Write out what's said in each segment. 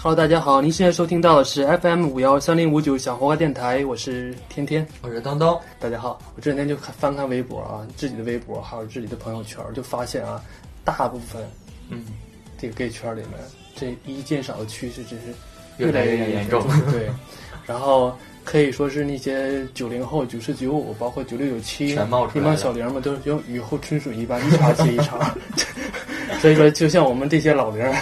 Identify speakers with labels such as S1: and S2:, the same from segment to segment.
S1: Hello，大家好，您现在收听到的是 FM 五幺三零五九小黄花电台，我是天天。
S2: 我是当当，
S1: 大家好，我这两天就看翻看微博啊，自己的微博还有自己的朋友圈，就发现啊，大部分
S2: 嗯，
S1: 这个 gay 圈里面这一见少的趋势真是
S2: 越
S1: 来
S2: 来
S1: 越
S2: 越严重。
S1: 对，然后可以说是那些九零后、九四、九五，包括九六、九七，
S2: 全冒出
S1: 一
S2: 来了
S1: 帮小玲儿们都是像雨后春笋一般，一茬接一茬。 所以说，就像我们这些老龄儿，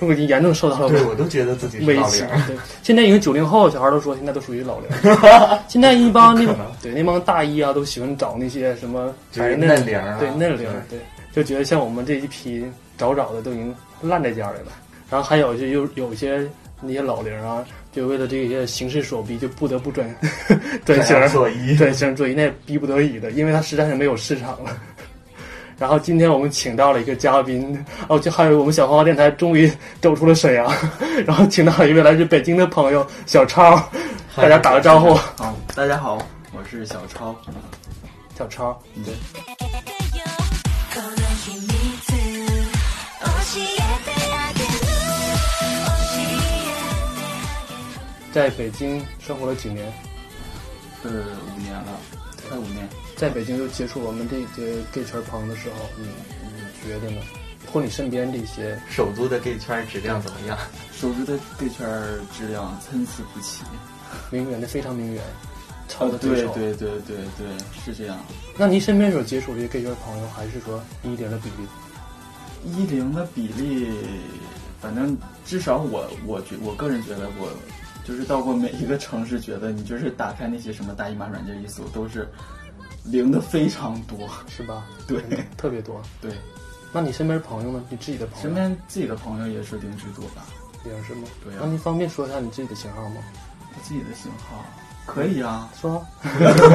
S1: 我已经严重受到了
S2: 对我都觉得自己是
S1: 危
S2: 老
S1: 机
S2: 龄儿。。
S1: 对，现在已经九零后小孩都说现在都属于老龄儿。 现在一帮那
S2: 不可能
S1: 对那帮大一啊，都喜欢找那些什么
S2: 就是
S1: 白
S2: 嫩龄儿啊
S1: 对嫩龄儿，对，就觉得像我们这一批早早的都已经烂在家里了。然后还有就有有些那些老龄儿啊，就为了这些形势所逼，就不得不转 转型儿
S2: 样做一，
S1: 转型做一，那也逼不得已的，因为他实在是没有市场了。然后今天我们请到了一个嘉宾，哦，就还有我们小黄花电台终于走出了沈阳， 然后请到了一位来自北京的朋友小超，大家打个招呼。
S3: 好，大家好，我是小超。
S1: 小超，对，
S4: 「この秘密教えてあげる」
S1: 在北京生活了几年，
S3: 呃，五年了，快五年。
S1: 在北京又接触我们这些 gay 圈朋友的时候，你你觉得呢？或你身边这些，
S2: 手足的 gay 圈质量怎么样？
S3: 手指的这圈儿质量参差不齐。
S1: 名媛的非常名媛，超
S3: 哦，
S1: 的对
S3: 对
S1: 手。
S3: 对对对对，是这样。
S1: 那您身边所接触这些 gay 圈朋友，还是说一点的比例？
S3: 一零的比例，反正至少我我觉我个人觉得我。就是到过每一个城市，觉得你就是打开那些什么大姨妈软件一搜，都是零的非常多。
S1: 是吧？
S3: 对
S1: 特别多。
S3: 对，
S1: 那你身边朋友呢？你自己的朋友
S3: 身边自己的朋友也是零居多吧？
S1: 也是吗？
S3: 对啊
S1: 那您方便说一下你自己的型号吗？
S3: 我自己的型号可以啊，
S1: 说啊，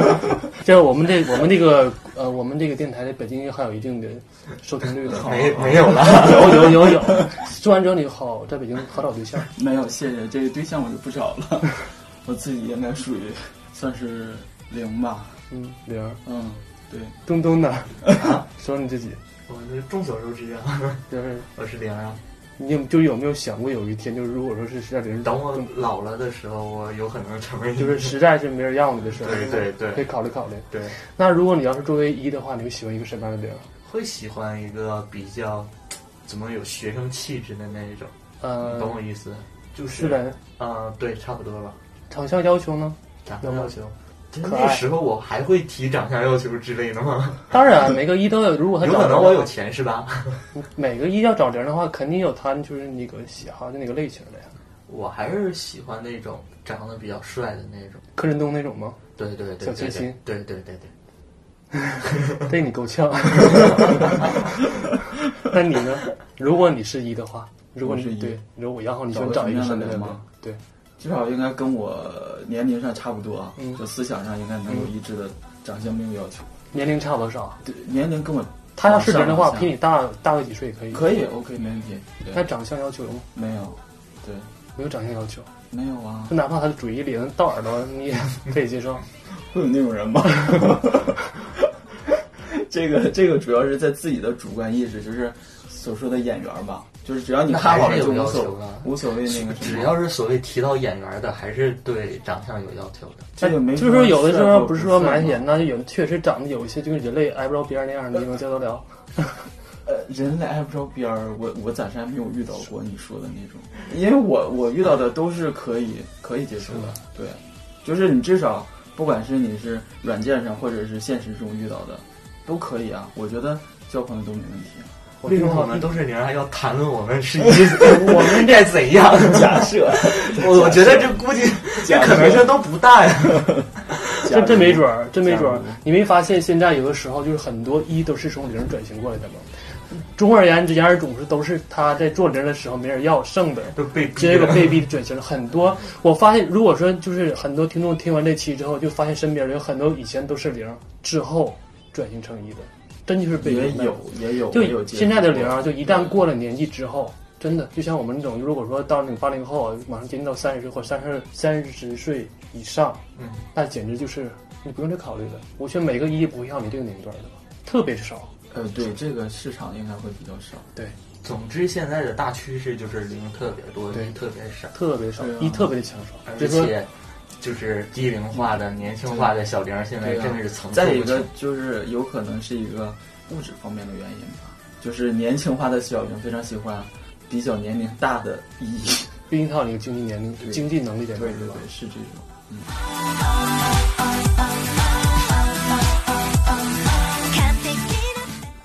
S1: 就是我们这我们这个呃我们这个电台在北京还有一定的收听率的，
S2: 没没有了，
S1: 有有有有。说完之后你好，在北京好找对象，
S3: 没有，谢谢。这个对象我就不找 了，我自己应该属于算是零吧。
S1: 嗯，玲儿
S3: 嗯，对，
S1: 东东呢？
S2: 啊
S1: 说你自己，
S2: 我是众所周知啊，
S1: 就是
S2: 我是零啊。
S1: 你有就有没有想过有一天，就是如果说是实在玲儿
S2: 等我老了的时候，我有可能成为
S1: 就是实在是没人要你的时候，
S2: 对对对
S1: 可以考虑考虑。
S2: 对，
S1: 那如果你要是作为一的话，你会喜欢一个什么样的玲儿？
S2: 会喜欢一个比较怎么有学生气质的那一种，
S1: 呃，
S2: 你懂我意思？就是是
S1: 呗。
S2: 呃，对，差不多吧。
S1: 长相要求呢？
S2: 长
S1: 能
S2: 相
S1: 吗
S2: 要求，真
S1: 可爱
S2: 那时候我还会提长相要求之类的吗？
S1: 当然，啊每个一都有。如果他
S2: 有
S1: 找
S2: 可
S1: 着
S2: 能我有钱是吧？
S1: 每个一要找零的话，肯定有他就是那个喜好的那个类型的呀。
S2: 我还是喜欢那种长得比较帅的那种。
S1: 柯震东那种吗？
S2: 对对对对，
S1: 小清新
S2: 对对对对，
S1: 对你够呛。那你呢？如果你是一的话，如果
S3: 我是
S1: 你
S3: 一
S1: 对，如果然后你想找一个什么样的吗？对，
S3: 至少应该跟我年龄上差不多啊，
S1: 嗯
S3: 就思想上应该能有一致的长相没有要求。
S1: 年龄差多少？
S3: 对，年龄跟我
S1: 他要是零的话，嗯
S3: 往上
S1: 比你大大个几岁也可以。
S3: 可以，OK，没问题。
S1: 那
S3: 对，
S1: 长相要求吗？
S3: 没有，对，
S1: 没有长相要求，
S3: 没有啊
S1: 就，哪怕他的嘴一咧到耳朵，你也可以接受。
S3: 会有那种人吗？ 这个这个主要是在自己的主观意识，就是所说的眼缘吧，就是只要你
S2: 那
S3: 看
S2: 还
S3: 好
S2: 是
S3: 了
S2: 有
S3: 就无
S2: 要
S3: 所
S2: 求的
S3: 无所谓那个什么，
S2: 只要是所谓提到演员的，还是对长相有要求的。
S3: 这个没
S1: 哎就是
S3: 什么
S1: 说有的时
S3: 帅
S1: 候
S3: 或
S1: 不是说
S3: 帅
S1: 蛮
S3: 嘛
S1: 颜，那有确实长得有一些就是人类挨不着边儿那样的，你能接受得了？
S3: 呃，人来挨不着边儿，我我暂时还没有遇到过你说的那种，呃因为我我遇到的都是可以可以接受的，对，就是你至少不管是你是软件上或者是现实中遇到的，都可以啊，我觉得交朋友都没问题 啊。
S1: 我
S2: 为什
S1: 挺
S2: 么
S1: 好
S2: 我们都是零，还要谈论我们是 一，我们该怎样？
S3: 假设，
S2: 我我觉得这估计 这可能性都不大呀。
S1: 这真没准儿，真没准儿
S3: 假如。
S1: 你没发现现在有的时候就是很多一都是从零转型过来的吗？总而言之，言而总之都是他在做零的时候没人要剩的，
S2: 都被逼
S1: 结果
S2: 了
S1: 被逼转型了很多。我发现，如果说就是很多听众听完这期之后，就发现身边有很多以前都是零，之后转型成一的，真就是被
S3: 也
S1: 逼的
S3: 有也有也
S1: 就
S3: 有接触
S1: 现在的
S3: 过
S1: 零啊，就一旦过了年纪之后，真的就像我们这种，如果说到那个八零后啊，马上接近到三十岁或三十三十岁以上，
S2: 嗯，
S1: 那简直就是你不用再考虑了。我觉得每个一不会要你这个年龄段的吧，特别少。
S3: 呃，对，这个市场应该会比较少。
S1: 对，
S2: 总之，现在的大趋势就是零特别多，
S1: 对
S2: 一特别少，
S1: 特别少
S3: 对啊，
S1: 一特别的抢手，
S2: 而
S1: 就说
S2: 且就是低龄化的、年轻化的小玲，现在
S3: 对啊
S2: 真是层出
S3: 再一
S2: 不
S3: 个
S2: 穷。
S3: 就是有可能是一个物质方面的原因吧，就是年轻化的小玲非常喜欢比较年龄大的意 义。
S1: 毕竟他有那个经济年龄、
S3: 对
S1: 经济能力在那
S3: 对
S1: 儿，
S3: 对
S1: 是吧？
S3: 对，是这种。
S4: 完璧な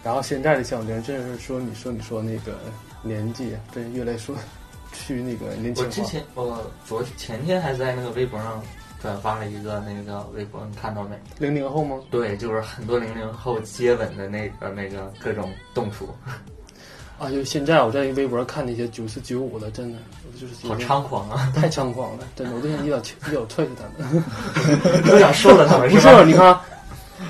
S1: 然后现在的小玲，真是说你说你说那个年纪啊，真是越来越说 去那个年
S2: 我
S1: 轻
S2: 之
S1: 化。
S2: 前，我昨前天还在那个微博上转发了一个那个微博，你看到没？
S1: 零零后吗？
S2: 对，就是很多零零后接吻的那个那个各种动图，
S1: 啊，就是现在我在微博看那些九四九五的，真的我就是觉
S2: 好
S1: 得
S2: 猖狂啊！
S1: 太猖狂了，真的，我都想一脚一脚踹死他们。
S2: 都想说了他们
S1: 不
S2: 吧
S1: 是，？你看，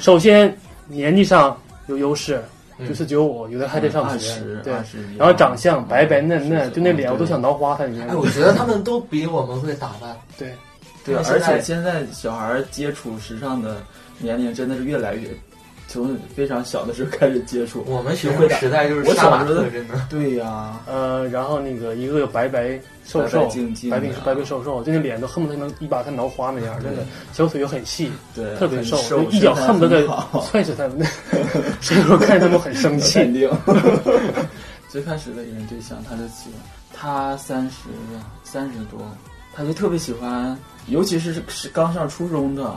S1: 首先年纪上有优势，九四九五，有的还在上
S3: 嗯二
S1: 学
S3: 十，，
S1: 对
S3: 二，十一，
S1: 然后长相白白嫩
S3: 是
S1: 嫩，
S3: 的
S1: 就那脸我都
S3: 对
S1: 想挠花他里面
S2: 哎，。我觉得他们都比我们会打扮。
S1: 对，
S3: 对，
S2: 因为现
S3: 而
S2: 在
S3: 且现在小孩儿接触时尚的年龄真的是越来越，从非常小的时候开始接触。
S2: 我们学
S3: 会
S2: 生
S3: 打
S2: 时代就是
S3: 我
S2: 杀
S3: 小
S2: 马
S3: 时候
S2: 特，
S3: 的
S2: 真的。
S3: 对呀、
S1: 呃，然后那个一个又白白瘦
S3: 白
S1: 瘦
S3: 白净，净
S1: 白
S3: 的
S1: 白白白瘦瘦，就那脸都恨不得能一把他挠花那样，真的，小腿又很细，
S3: 对，
S1: 特别
S3: 很
S1: 瘦，
S3: 瘦
S1: 就一脚
S3: 身材
S1: 恨不得
S3: 很好
S1: 踹死他们。 所以说看着他们很生
S3: 肯
S1: 气。
S3: 定。最开始的一任对象，他就喜欢他三十三十多，他就特别喜欢，尤其是是刚上初中的，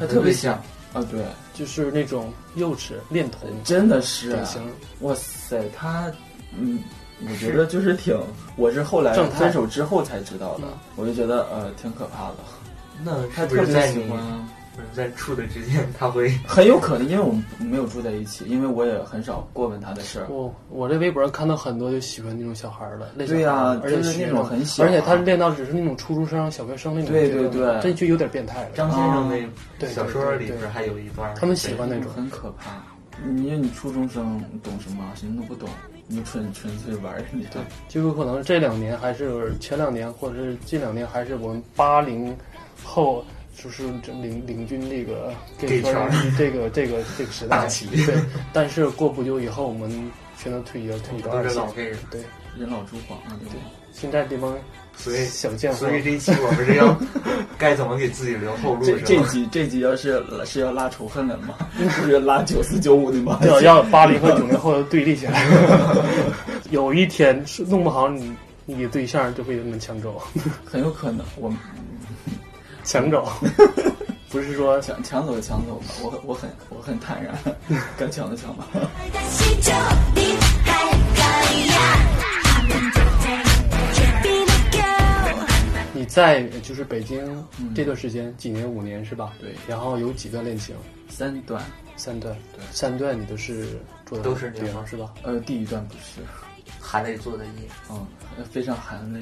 S3: 他特别喜欢啊，对，
S1: 就是那种幼齿恋童
S3: 真的是、啊
S1: 典型，
S3: 哇塞，他嗯。我觉得就是挺，我是后来
S1: 正太
S3: 分手之后才知道的
S1: 嗯，
S3: 我就觉得呃挺可怕的。
S2: 那
S3: 他
S2: 是不
S3: 特
S2: 是
S3: 别
S2: 在
S3: 喜
S2: 你
S3: 欢，
S2: 在处的之间，他会
S3: 很有可能，因为我们没有住在一起，因为我也很少过问他的事儿。
S1: 我我在微博上看到很多就喜欢那种小孩儿的，类
S3: 对
S1: 呀、
S3: 呀
S1: 而且
S3: 就是那种很小
S1: 而且他练到只是那种初中生、小学生那种
S3: 对
S1: 阶段
S3: 对对
S1: 真就有点变态了。
S2: 张先生那
S1: 对
S2: 小说里边还有一段，
S1: 他们喜欢那
S3: 那
S1: 种
S3: 种，很可怕。你你初中生懂什么？什么都不懂，你就纯纯粹玩人家。
S1: 就有可能这两年还是前两年，或者是近两年，还是我们八零后就是这领领军这个
S2: gay 圈儿
S1: 这个这个这个时代
S2: 大旗
S1: 对，但是过不久以后，我们全都退役了，退役到
S2: 都
S1: 二
S2: 是
S1: 线
S2: 老。这个。
S1: 对，
S3: 人老珠黄啊，对吧？
S1: 现在这帮
S2: 所以
S1: 小贱货
S2: 所以这一期我们是要该怎么给自己留后路
S3: 这
S2: 是
S3: 这
S2: 吧？
S3: 集这集要是是要拉仇恨了 吗？不是拉九四九五的吗？
S1: 要要八零和九零后的对立起来，有一天是弄不好你你的对象就被他们抢走，
S3: 很有可能，我们
S1: 抢走，不是说
S3: 抢抢走就抢走吧，我很我很我很坦 然，该抢就抢吧。
S4: 但是就比海高呀，比你高。
S1: 你在就是北京这段时间几年五年是吧？
S3: 对
S1: 然后有几段恋情，
S3: 三段，
S1: 三段，
S3: 对
S1: 三段你都是做的
S2: 都是
S1: 对
S2: 这样
S1: 是吧？
S3: 呃，第一段不是，
S2: 含泪做的衣，
S3: 嗯，非常含泪，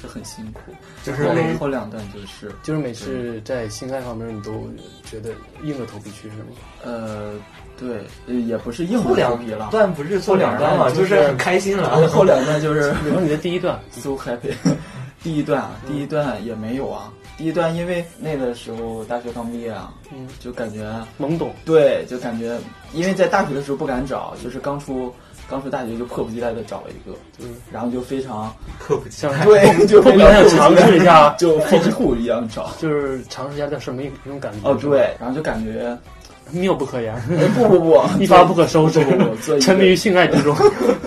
S3: 是很辛苦。
S2: 就是
S3: 后
S2: 那
S3: 后两段就是
S1: 就是每次在性爱方面你都觉得硬着头皮去是吗？
S3: 呃，对，呃也不是硬
S2: 后
S3: 着头
S2: 两
S3: 皮了，
S2: 段不是做两段
S3: 后
S2: 嘛，
S3: 两段就是
S2: 是很开心
S3: 然后
S2: 了。
S3: 后两段就是
S1: 比如你的第一段
S3: so happy。第一段啊，第一段也没有啊。第一段因为那个时候大学刚毕业啊，
S1: 嗯
S3: 就感觉
S1: 懵懂，
S3: 对，就感觉因为在大学的时候不敢找，就是刚出刚出大学就迫不及待的找了一个，
S1: 就是
S3: 然后就非常
S2: 刻不起
S1: 像
S2: 来，
S3: 对，就
S1: 迫
S3: 非
S1: 不及
S3: 常
S1: 待地尝试一下
S3: 就黑之库一样找。
S1: 就是尝试一下这什么一种感觉
S3: 哦，，对，然后就感觉
S1: 妙不可言。
S3: 哎不不不，
S1: 一发不可收拾
S3: 不不不做一，个
S1: 沉迷于性爱之中。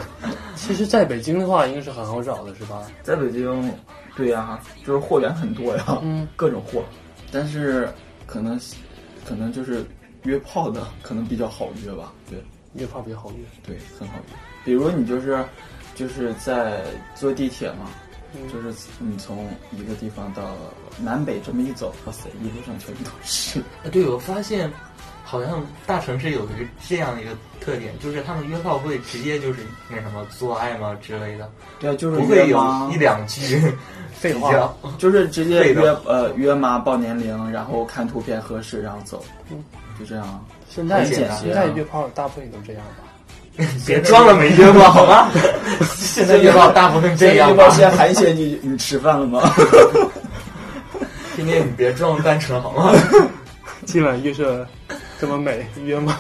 S1: 其实，在北京的话，应该是很好找的，是吧？
S3: 在北京，对呀、就是货源很多呀，
S1: 嗯，
S3: 各种货，但是可能可能就是约炮的可能比较好约吧，对
S1: 越怕别好越。
S3: 对，很好约。比如你就是就是在坐地铁嘛，就是你从一个地方到南北这么一走，哇塞，一路上全部都是，
S2: 对，我发现好像大城市有一个这样一个特点，就是他们约炮会直接就是那什么做爱吗之类的，
S3: 对啊，就是
S2: 不
S3: 约
S2: 会
S3: 吗
S2: 有一两句
S1: 废
S2: 比
S1: 话
S2: 较。
S3: 就是直接
S2: 对的
S3: 约呃约吗？报年龄，然后看图片合适，然后走，
S1: 嗯
S3: 就这样。
S1: 现在
S3: 很简单
S1: 现在约炮大部分也都这样 吧？
S2: 别装了没约过好吧？现在约炮大部 分这样
S3: 包
S2: 吧，
S3: 现在还嫌你你吃饭了吗？
S2: 天天你别装 单纯好吗？
S1: 今晚月色这么美，约吗？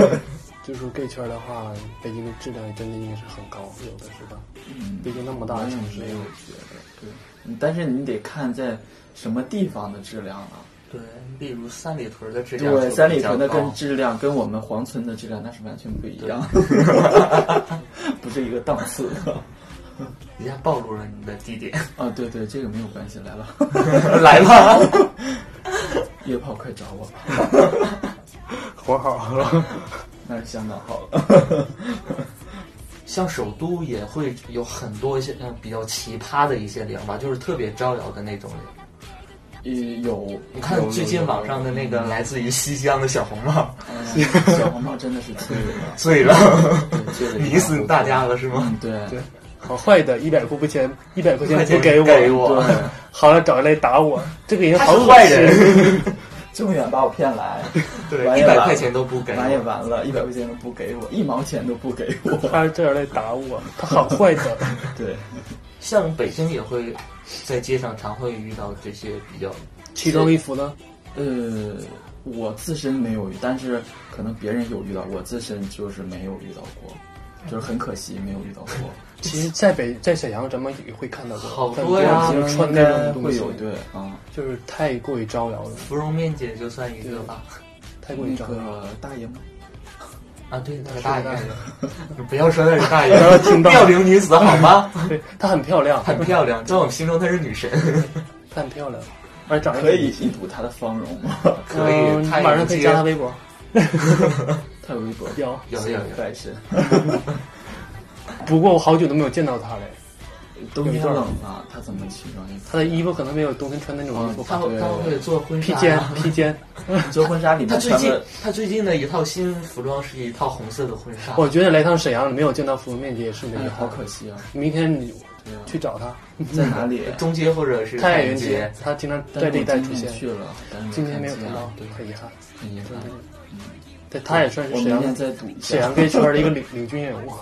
S1: 就是 gay 圈的话，北京的质量真的应该是很高，有的是吧？
S3: 嗯，
S1: 北京那么大
S3: 我
S1: 的
S3: 也
S1: 城市
S3: 没，有觉得，对，嗯但是你得看在什么地方的质量了。
S2: 对，例如三里屯的质量就比
S3: 对，
S2: 较
S3: 三里屯的跟
S2: 高
S3: 质量跟我们黄村的质量那是完全不一样， 不是一个档次的。
S2: 一下暴露了你的地点。
S3: 啊，对对，这个没有关系， 来了，
S2: 来吧，
S3: 夜炮快找我吧，
S1: 活好了。
S3: 那是相当好 了。
S2: 像首都也会有很多一些嗯比较奇葩的一些零吧，就是特别招摇的那种零。
S3: 也有，
S2: 你看
S3: 有
S2: 最近网上的那个来自嗯于西江的小红 帽，
S3: 有有嗯小红帽真的 是醉了，
S2: 醉了，
S3: 对醉了一塌糊涂，
S2: 迷死大家了是吗？
S3: 嗯，对
S1: 对， 好坏的，一百块钱，一百块钱
S2: 快
S1: 不
S2: 点
S1: 给我，
S2: 给我
S3: 对，
S1: 好了找人来打我，这个人好恶
S2: 坏
S1: 心。
S2: 人，
S3: 这么远把我骗来，
S2: 对
S3: 完，
S2: 一
S3: 也完
S2: 百
S3: 了
S2: 块钱都不给，
S3: 完也完了，一百块钱都不给我，一毛钱都不给 我，
S1: 他这人来打我，他好坏的。
S3: 对，
S2: 像北京也会在街上常会遇到这些比较，
S1: 奇装异服呢？
S3: 呃，我自身没有遇，但是可能别人有遇到，我自身就是没有遇到过，就是很可惜没有遇到 过。
S1: 其实，在北在沈阳，咱们也会看到过，
S2: 好
S1: 很
S2: 多
S1: 人
S2: 呀
S1: 就是啊穿那种东
S3: 会
S1: 西，
S3: 有对啊，
S1: 就是太过于招摇了，
S2: 芙蓉面姐就算一个吧。
S1: 太过于
S3: 那
S1: 招摇了。
S3: 个大爷吗？
S2: 啊，对，那
S1: 嗯
S2: 个
S1: 是
S2: 大
S1: 个大
S2: 爷
S1: 爷，
S2: 你不要说那是大爷，
S1: 不要 听到
S2: 妙龄女子好 吗？
S1: 对，她很漂亮，
S2: 很漂亮，在我们心中她是女神。
S1: 她很漂亮，而且长得
S3: 可以一睹他的芳容吗？
S2: 可以
S1: 嗯
S2: 她有
S1: 晚上可以
S2: 接
S1: 加她微博，
S3: 太微博，
S1: 有。
S2: 有有有，
S3: 拜 神，
S1: 不过我好久都没有见到她了，
S3: 冬天冷了，他怎么啊奇装异服？
S1: 她的衣服可能没有冬天穿那种衣服
S2: 她
S3: 啊
S1: 吧。
S2: 会她会做 婚
S1: 披
S2: 纱
S1: 肩
S2: 啊。，
S1: 披肩，
S3: 做婚纱里
S2: 她
S3: 面
S2: 最
S3: 穿
S2: 近
S3: 的，
S2: 她最近的一套新服装是一套红色的婚纱。
S1: 我觉得来趟沈阳没有见到芙蓉面姐也是没
S3: 哎
S1: 有。
S3: 呀，好可惜啊！
S1: 明天你
S3: 对啊，
S1: 去找她，
S3: 在哪里？
S2: 中街或者是
S1: 太
S2: 太
S1: 原
S2: 原
S1: 街
S2: 街，，
S1: 她经常
S3: 但
S1: 在
S3: 是
S1: 这一
S3: 我
S1: 带
S3: 今
S1: 出
S3: 天
S1: 现，
S3: 去了，但是
S1: 今天没有看
S3: 见
S1: 到
S3: 啊，
S1: 对，很遗憾。
S3: 很遗憾。
S1: 对，她也算是
S3: 我
S1: 沈
S3: 明
S1: 阳
S3: 天再赌一下。
S1: 沈阳 gay 圈的一个领领军人物，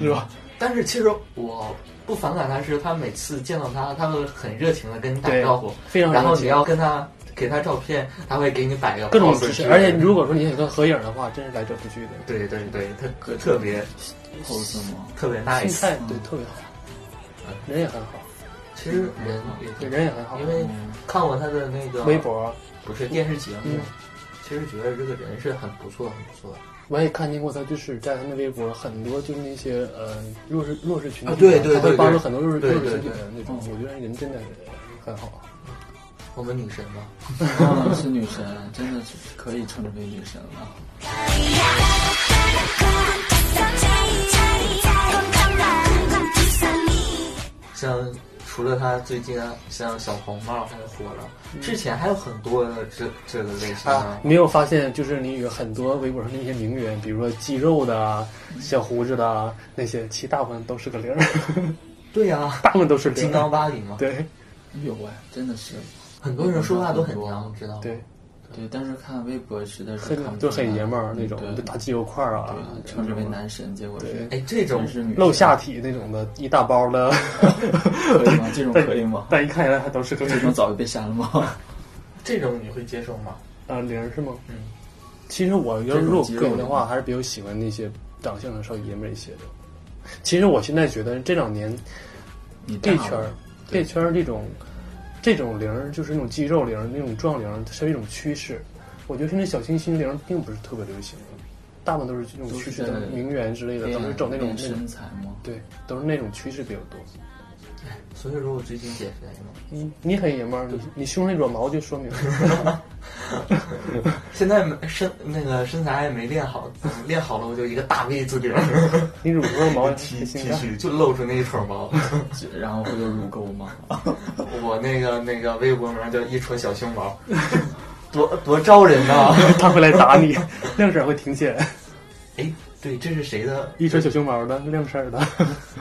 S1: 是吧？
S2: 但是其实我不反感她，是她每次见到她，她会很热情的跟你打
S1: 对
S2: 招呼，
S1: 非常热
S2: 然后
S1: 情
S2: 你要跟她给她照片，她会给你摆个
S1: 各种
S2: pose
S1: 姿势，
S2: 之类
S1: 而且
S2: 哦的
S1: 如果说你想跟合影的话，真是来者不拒的。
S2: 对对对，她可特别
S3: pose 吗？
S2: 特别
S1: 心
S2: nice，
S1: 态对特别好，啊人也很好，
S2: 其实人也
S1: 对
S2: 挺
S1: 人也很好
S2: 因。为看过他的那个
S1: 嗯微博
S2: 不是电视节目
S1: 嗯，
S2: 其实觉得这个人是很不错，很不错的。
S1: 我也看见过他，就是在他的微博，很多就是那些呃弱势弱势群体，
S2: 啊对对
S1: 他会
S2: 对
S1: 帮助
S2: 对
S1: 很多弱势
S2: 对
S1: 弱势
S2: 对
S1: 群体
S2: 对啊
S1: 的那种。我觉得人真的很好，
S2: 我们女神嘛，
S3: 嗯，是女神，真的是可以称之为女神了。
S2: 像除了他最近啊，像小红帽还火了，之前还有很多的这这个类型
S1: 嗯啊
S2: 啊，。
S1: 没有发现就是你有很多微博上那些名媛，比如说肌肉的啊、小胡子的啊那些，其实大部分都是个零儿，
S2: 对啊呀，
S1: 大部分都是零
S2: 金
S1: 儿。
S2: 刚芭比嘛，
S1: 对
S3: 有哎，真的是。
S2: 很多人说话都很娘，知道吗？
S1: 对，
S3: 对，但是看微博实在是看
S1: 很
S3: 不
S1: 哦就
S3: 出来
S1: 很爷们儿那种，
S3: 嗯对
S1: 就打肌肉块儿啊，
S3: 对，称之为男神，结果是
S2: 哎，这种
S3: 真是女神
S1: 露下体那种的，一大包的，
S3: 可以吗？这种可以吗？
S1: 但一看起来还都是个
S3: 这种早就被删了吗？
S2: 这种你会接受吗？
S1: 啊零儿是吗？
S2: 嗯，
S1: 其实我要如果个人的
S3: 这种肌肉
S1: 话，
S3: 的
S1: 还是比较喜欢那些长相稍微爷们儿一些的。其实我现在觉得这两年
S3: 你大
S1: gay
S3: 了
S1: 圈儿，gay 圈儿这种这种零儿，就是那种肌肉零儿、那种壮零儿，它是一种趋势。我觉得现在小清新零儿并不是特别流行了，大部分都是这种
S3: 都
S1: 趋
S3: 是
S1: 势的
S3: 在
S1: 名媛之类的，
S3: 练
S1: 都是走那种
S3: 练
S1: 那种
S3: 身材吗？
S1: 对，都是那种趋势比较多。
S2: 所以说我最近减肥嘛，
S1: 你你很爷们儿，你你胸那撮毛就说明
S2: 现在没身那个身材还没练好，练好了我就一个大 V 字领，
S1: 你乳头 毛也
S2: 提
S1: 性
S2: 提
S1: 感。
S2: 取就露出那一撮毛。
S3: 然后会有乳沟吗？
S2: 我那个那个微博名叫一戳小胸毛，多多招人呐、
S1: 他会来打你， 亮色儿会挺起来，
S2: 哎，对，这是谁的？
S1: 一撮小胸毛的，亮色儿的。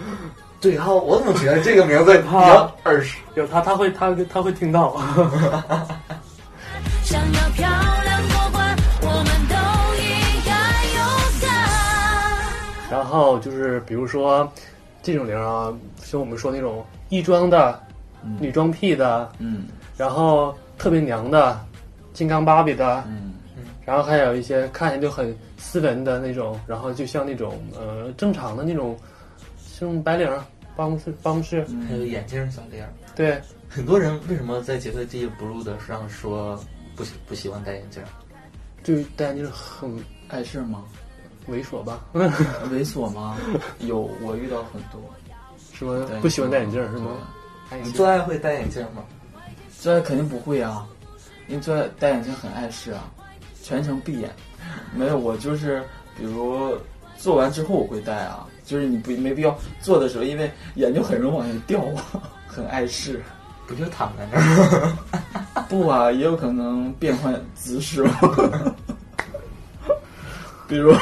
S2: 对，然后我怎么觉得这个 名字比较耳熟？
S1: 有他，他会，他会他会听到。
S4: 想要漂亮过关，我们都应该勇敢。
S1: 然后就是比如说这种铃儿啊，像我们说那种异装的、女装癖的，
S3: 嗯
S1: 然后特别娘的、金刚芭比的，
S3: 嗯，
S1: 然后还有一些看起来就很斯文的那种，然后就像那种呃正常的那种，像白领儿办公室办公室，
S2: 还有眼镜小链儿。
S1: 对，
S2: 很多人为什么在结婚第一不入的上说不喜不喜欢戴眼镜儿？
S1: 就但就是很
S3: 碍事吗？
S1: 猥琐吧，
S3: 猥琐吗？ 有，我遇到很多。
S1: 是吗？不喜欢戴眼镜儿是吗？哎
S2: 你做爱会戴眼镜吗？
S3: 对？做爱肯定不会啊，因为做爱戴眼镜很碍事啊，全程闭眼。 没有，我就是比如做完之后我会戴啊，就是你不没必要做的时候，因为眼睛很容易往下掉啊， 很碍事。
S2: 不就躺在那儿吗？
S3: 不啊，也有可能变换姿势嘛， 比如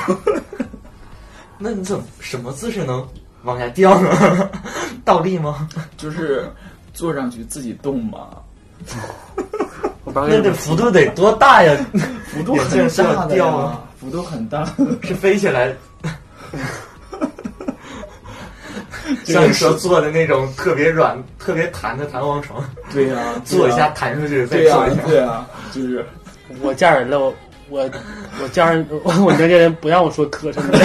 S2: 那你怎么什么姿势能往下掉呢？ 倒立吗？
S3: 就是坐上去自己动嘛，
S1: 我刚才
S2: 那得幅度得多大 呀？
S3: 幅度
S2: 眼镜
S3: 很
S2: 是要
S3: 大的
S2: 掉
S3: 呀
S2: 啊，
S3: 幅度很大。
S2: 是飞起 来，
S3: 这
S2: 像
S3: 个
S2: 你说
S3: 是
S2: 做的那种特别软、特别弹的弹簧床，
S3: 对呀、对呀
S2: 坐
S1: 啊
S2: 一下，弹出去，再
S3: 对呀、
S2: 坐一下。
S3: 对呀、就是
S1: 我嫁人了，我我我嫁人， 我我那家人不让我说磕碜的，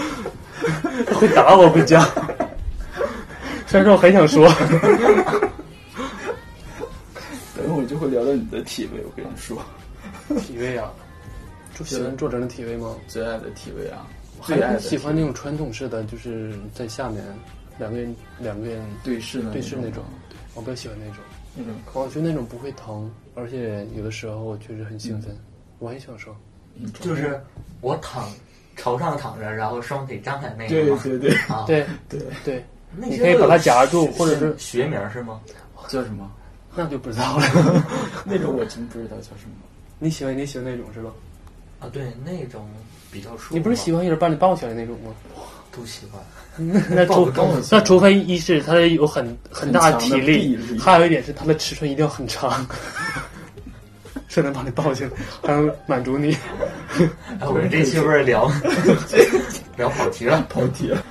S1: 会打我回家。 虽然说我很想说，
S3: 等会儿就会聊到你的体位，我跟你说，
S1: 体位 啊，就喜欢坐成的体位吗？
S3: 最爱的体位啊，
S1: 还
S3: 最爱
S1: 是
S3: 的
S1: 喜欢那种传统式的，就是在下面两个人两个人，
S3: 对视的
S1: 对视那
S3: 种
S1: 种，我比较喜欢那种，
S3: 那种
S1: 我觉得那种不会疼，而且有的时候确实很兴奋，
S3: 嗯
S1: 我很享受。
S3: 那种
S2: 就是我躺朝上躺着，然后双腿张开那
S3: 对
S2: 个吗
S3: 对对
S2: 啊，
S1: 对
S3: 对
S1: 对，
S2: 那
S1: 你
S2: 些
S1: 可以
S2: 都
S1: 把
S2: 有
S1: 它夹住，或者
S2: 是
S1: 是
S2: 学名是吗？
S3: 叫什么？
S1: 那就不知道了。
S3: 那种我真不知道叫什么。
S1: 你喜欢你喜欢那种是吧？
S2: 啊，对，那种比较舒服。
S1: 你不是喜欢有人帮你抱起来那种 吗？
S2: 不喜欢？
S1: 那
S2: 抱
S1: 除
S2: 不动
S1: 那除非一是他有很很大
S3: 很强
S1: 体
S3: 的
S1: 力
S3: 臂力，
S1: 还有一点是他的尺寸一定要很长， 才能把你抱起来，还能满足你。
S2: 哎，我们这期不是 聊聊跑题了？
S3: 跑题了，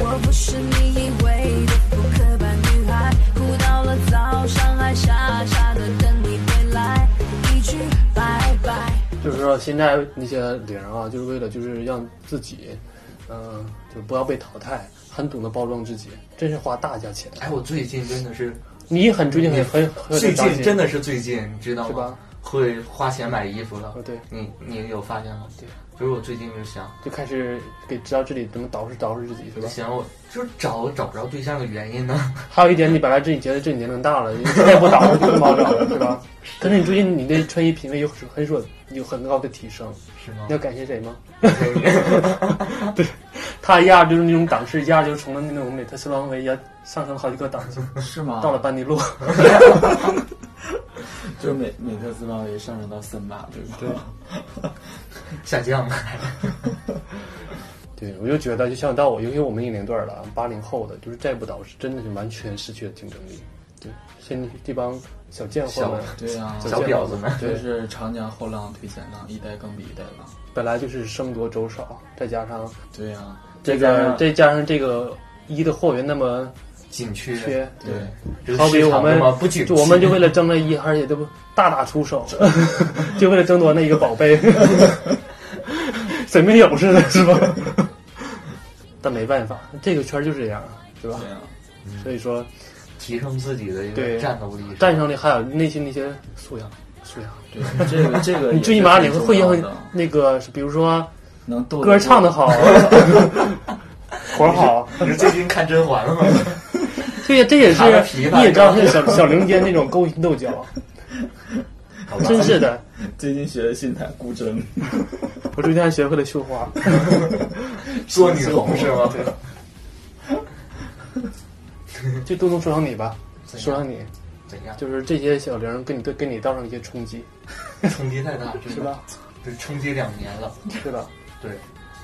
S4: 我不是你以为的复刻版女孩，哭到了早上还傻傻的等你回来，一句拜拜。
S1: 就是说现在那些零啊，就是为了就是让自己，嗯、就不要被淘汰，很懂得包装自己，真是花大价钱。
S2: 哎，我最近真的是，
S1: 你也很最近很很很
S2: 嗯最近真
S1: 的
S2: 的是最近，你知道
S1: 是
S2: 吗
S1: 吧？
S2: 会花钱买衣服了
S1: 哦。对
S2: 你你有发现吗？
S1: 对，
S2: 就是我最近就想，
S1: 就开始给知道自己怎么捯饬捯饬自己是
S2: 我
S1: 吧
S2: 就？想我就是找找不着对象的原 因呢。
S1: 还有一点，你本来自己觉得自己年龄大了，你再不找就更不好找了，对吧？ 但是你最近你的穿衣品味有很有有很高的提升，
S2: 是吗
S1: 你要？感谢谁吗？对，他一下就是那种档次，一下就从那种美特斯邦威一下上升好几个档次，
S3: 是
S2: 啊
S3: 吗？
S1: 到了班尼路。
S3: 就是美美特斯邦威上升到森马，对吧？
S2: 下降了。
S1: 对，我就觉得，就像到我，尤其我们那年段儿了，啊八零后的，就是再不倒，是真的是完全失去了竞争力。对，现在这帮小贱货们，
S3: 对呀、啊，
S2: 小婊子们
S1: 对
S3: 就是长江后浪推前浪，一代更比一代浪。
S1: 本来就是僧多粥少，再加上
S3: 对呀、
S1: 这
S3: 再加
S1: 个，
S3: 上
S1: 再加上这个一的货源那么
S2: 紧缺，
S1: 缺，
S3: 对，
S2: 这个
S1: 好比
S2: 市
S1: 我
S2: 场
S1: 们
S2: 那么不景气
S1: 就我们就为了争了一，而且都不大打出手， 就为了争夺那一个宝贝， 谁没有似的，是吧？ 但没办法，这个圈儿就是这样，是吧
S3: 对？呀、
S1: 所以说，
S2: 提升自己的一
S1: 对
S2: 个战 斗力。
S1: 战胜力还有内心那些素养，素养。
S3: 对，这个 这个
S1: 你
S3: 也
S1: 最起
S3: 是
S1: 码
S3: 很
S1: 你会
S3: 重
S1: 会
S3: 要
S1: 用
S3: 的
S1: 那个，比如说
S3: 能斗
S1: 歌唱的
S3: 的
S1: 好，活儿好，
S2: 你最近看《甄嬛》了吗？
S1: 对呀，这也是
S2: 卡了皮了
S1: 你也知道，像小小林间那种勾心斗 角，
S2: 好吧，
S1: 真是的。
S3: 最近学的新台古 筝，
S1: 我最近还学会了绣花，
S2: 做女红是吗？
S1: 这都能说上你吧，
S2: 怎样
S1: 说上你，
S2: 怎样？
S1: 就是这些小玲跟你对跟你造成一些冲击，
S2: 冲击太大，真的
S1: 是吧？
S2: 这冲击两年了，
S1: 对吧？
S2: 对。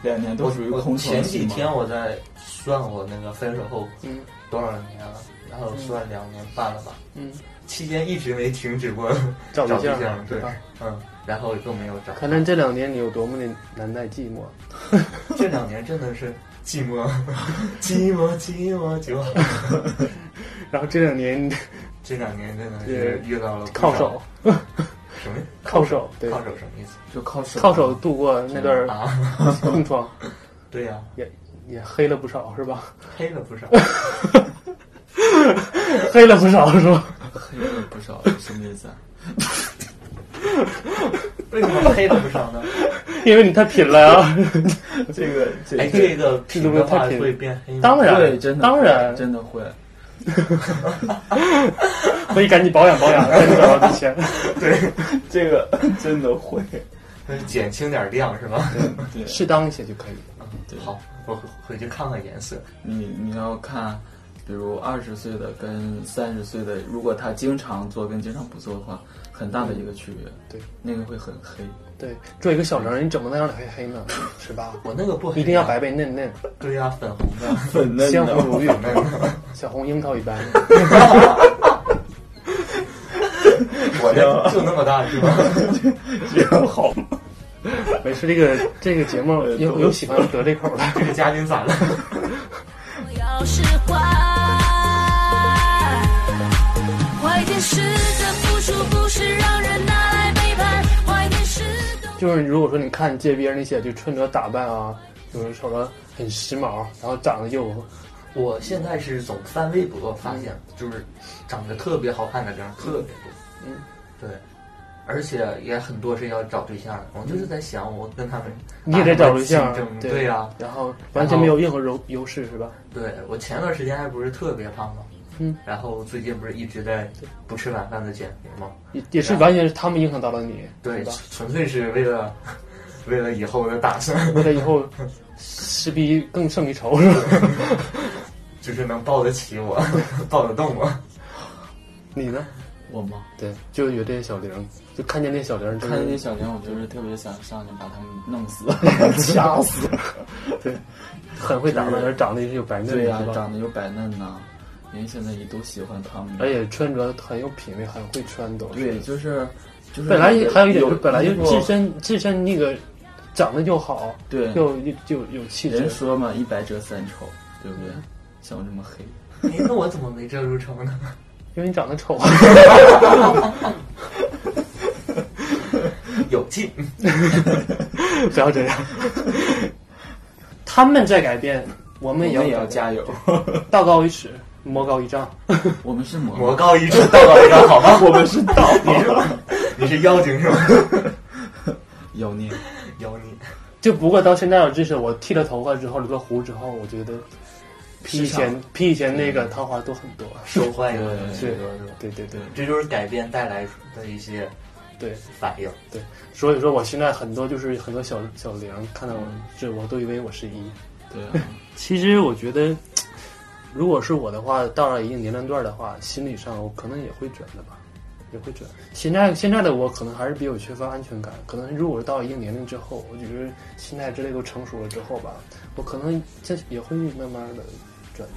S3: 两年都
S2: 我
S3: 属于
S2: 我
S3: 空
S2: 前
S3: 窗
S2: 几
S3: 期嘛。
S2: 天我在算我那个分手后
S1: 嗯
S2: 多少年了，然后算两年半了吧，
S1: 嗯，
S2: 期间一直没停止过
S1: 找
S2: 对
S1: 对象
S2: 象，
S1: 对
S2: 对
S1: 吧，
S2: 嗯，然后都没有找。
S1: 可能这两年你有多么的难耐寂寞，
S2: 这两年真的是寂寞， 寂寞，寂寞就好。
S1: 然后这两年
S2: 这两年真的是遇到了不
S1: 靠
S2: 少
S1: 手，
S2: 什么
S1: 靠手，对，
S2: 靠手什么意思
S3: 就靠手
S1: 靠手 度过那段
S2: 啊？
S1: 空窗，
S2: 对呀、
S1: 也也黑了不少是吧？
S2: 黑了不少。
S1: 黑了不少是吧？
S3: 黑了不少，什么意思啊？
S2: 为什么黑了不少呢？
S1: 因为你太贫了啊呀。
S3: 这个这
S2: 哎，这个品
S1: 这
S2: 的
S1: 个太
S2: 话
S1: 品
S2: 会变黑吗？
S1: 当然
S3: 对，真的
S1: 当然
S3: 真的会。
S1: 所以赶紧保养保养，赶紧找到之前。
S3: 对，这个 真的会。
S2: 那就减轻点量是吧？
S3: 对，
S1: 适当一些就可以。
S3: 对
S2: 好，我回回去看看颜色。
S3: 你你要看，比如二十岁的跟三十岁的，如果他经常做跟经常不做的话，很大的一个区别。
S1: 对，
S3: 那个会很黑。
S1: 对，做一个小人，你怎么能让你黑黑 呢？是吧？
S2: 我那个不黑、啊
S1: 一定要白。白 嫩嫩，
S2: 对呀、粉红的。
S3: 粉嫩
S1: 相红如玉，
S2: 那 个
S1: 小红樱桃一般。
S2: 我这就那么大是 吧？
S3: 好，
S1: 没事，这个这个节目
S3: 呃
S1: 有
S3: 都
S1: 有喜欢得这口的，
S2: 这个嘉宾咋了？
S4: 我要是坏，坏点时的付出不是让人拿来背叛，坏点时的。
S1: 就是如果说你看街边那些就穿着打扮啊，就是瞅着很时髦，然后长得又
S2: 我现在是总翻微博发现，就是长得特别好看的人特别多。
S1: 嗯，
S2: 对，而且也很多是要找对象的。我就是在想，我跟他们
S1: 你也在找对象啊
S2: 打什么竞，争
S1: 对
S2: 对呀、啊
S1: 然后完全没有任何优优势是吧？
S2: 对我前段时间还不是特别胖吗？
S1: 嗯，
S2: 然后最近不是一直在不吃晚饭的减肥吗？
S1: 也也是完全是他们影响到了你，
S2: 对，
S1: 吧
S2: 纯？纯粹是为了 为了以后的打算，
S1: 为了以后势必更胜一筹是吧？
S2: 就是能抱得起我， 抱得动我。
S1: 你呢？
S3: 我吗？
S1: 对，就有这些小玲，就看见那小玲，
S3: 看见那
S1: 那
S3: 小玲，我就是特别想上去把他们弄 死，
S1: 掐死，对，很会打扮，而长得也是有白嫩
S3: 对呀、
S1: 是吧？
S3: 长得又白嫩呐、因为现在也都喜欢他们。
S1: 而且穿着很有品味，很会穿都是。
S3: 对，就是就是
S1: 本来
S3: 有
S1: 还有一点就是
S3: 有
S1: 本来就
S3: 衣服
S1: 自身自身那个长得就好，
S3: 对
S1: 又又又有气质
S3: 人，说嘛，一白遮三丑，对不对？像我这么黑，
S2: 哎，那我怎么没遮住成呢？
S1: 因为你长得 丑。
S2: 有劲，
S1: 不要这样，他们在改变，我
S3: 我
S1: 们
S3: 们
S1: 也要
S3: 也要
S1: 改变
S3: 加油。
S1: 道高一尺，魔高一丈。
S3: 我们是魔，
S2: 魔高一尺，道高一丈， 好吧？
S3: 我们是 道，
S2: 你是 你是妖精是吧？
S3: 妖孽。
S2: 妖孽，
S1: 就不过到现在，我就是我剃了头发之后，留了胡子之后，我觉得比以
S3: 市场
S1: 前比以前那个桃花多很多。
S2: 受欢迎的
S3: 对
S2: 许多是吧？
S1: 对对对
S3: 对
S2: 这就是改变带来的一些
S1: 对
S2: 反应。
S1: 对，所以说我现在很多就是很多小小玲看到我，这我都以为我是一。
S3: 对啊，
S1: 嗯 其实我觉得，如果是我的话，到了一定年龄段的话，心理上我可能也会卷的吧，也会卷。现在现在的我可能还是比较缺乏安全感，可能如果是到一定年龄之后，我觉得心态之类都成熟了之后吧，我可能这也会慢慢的转。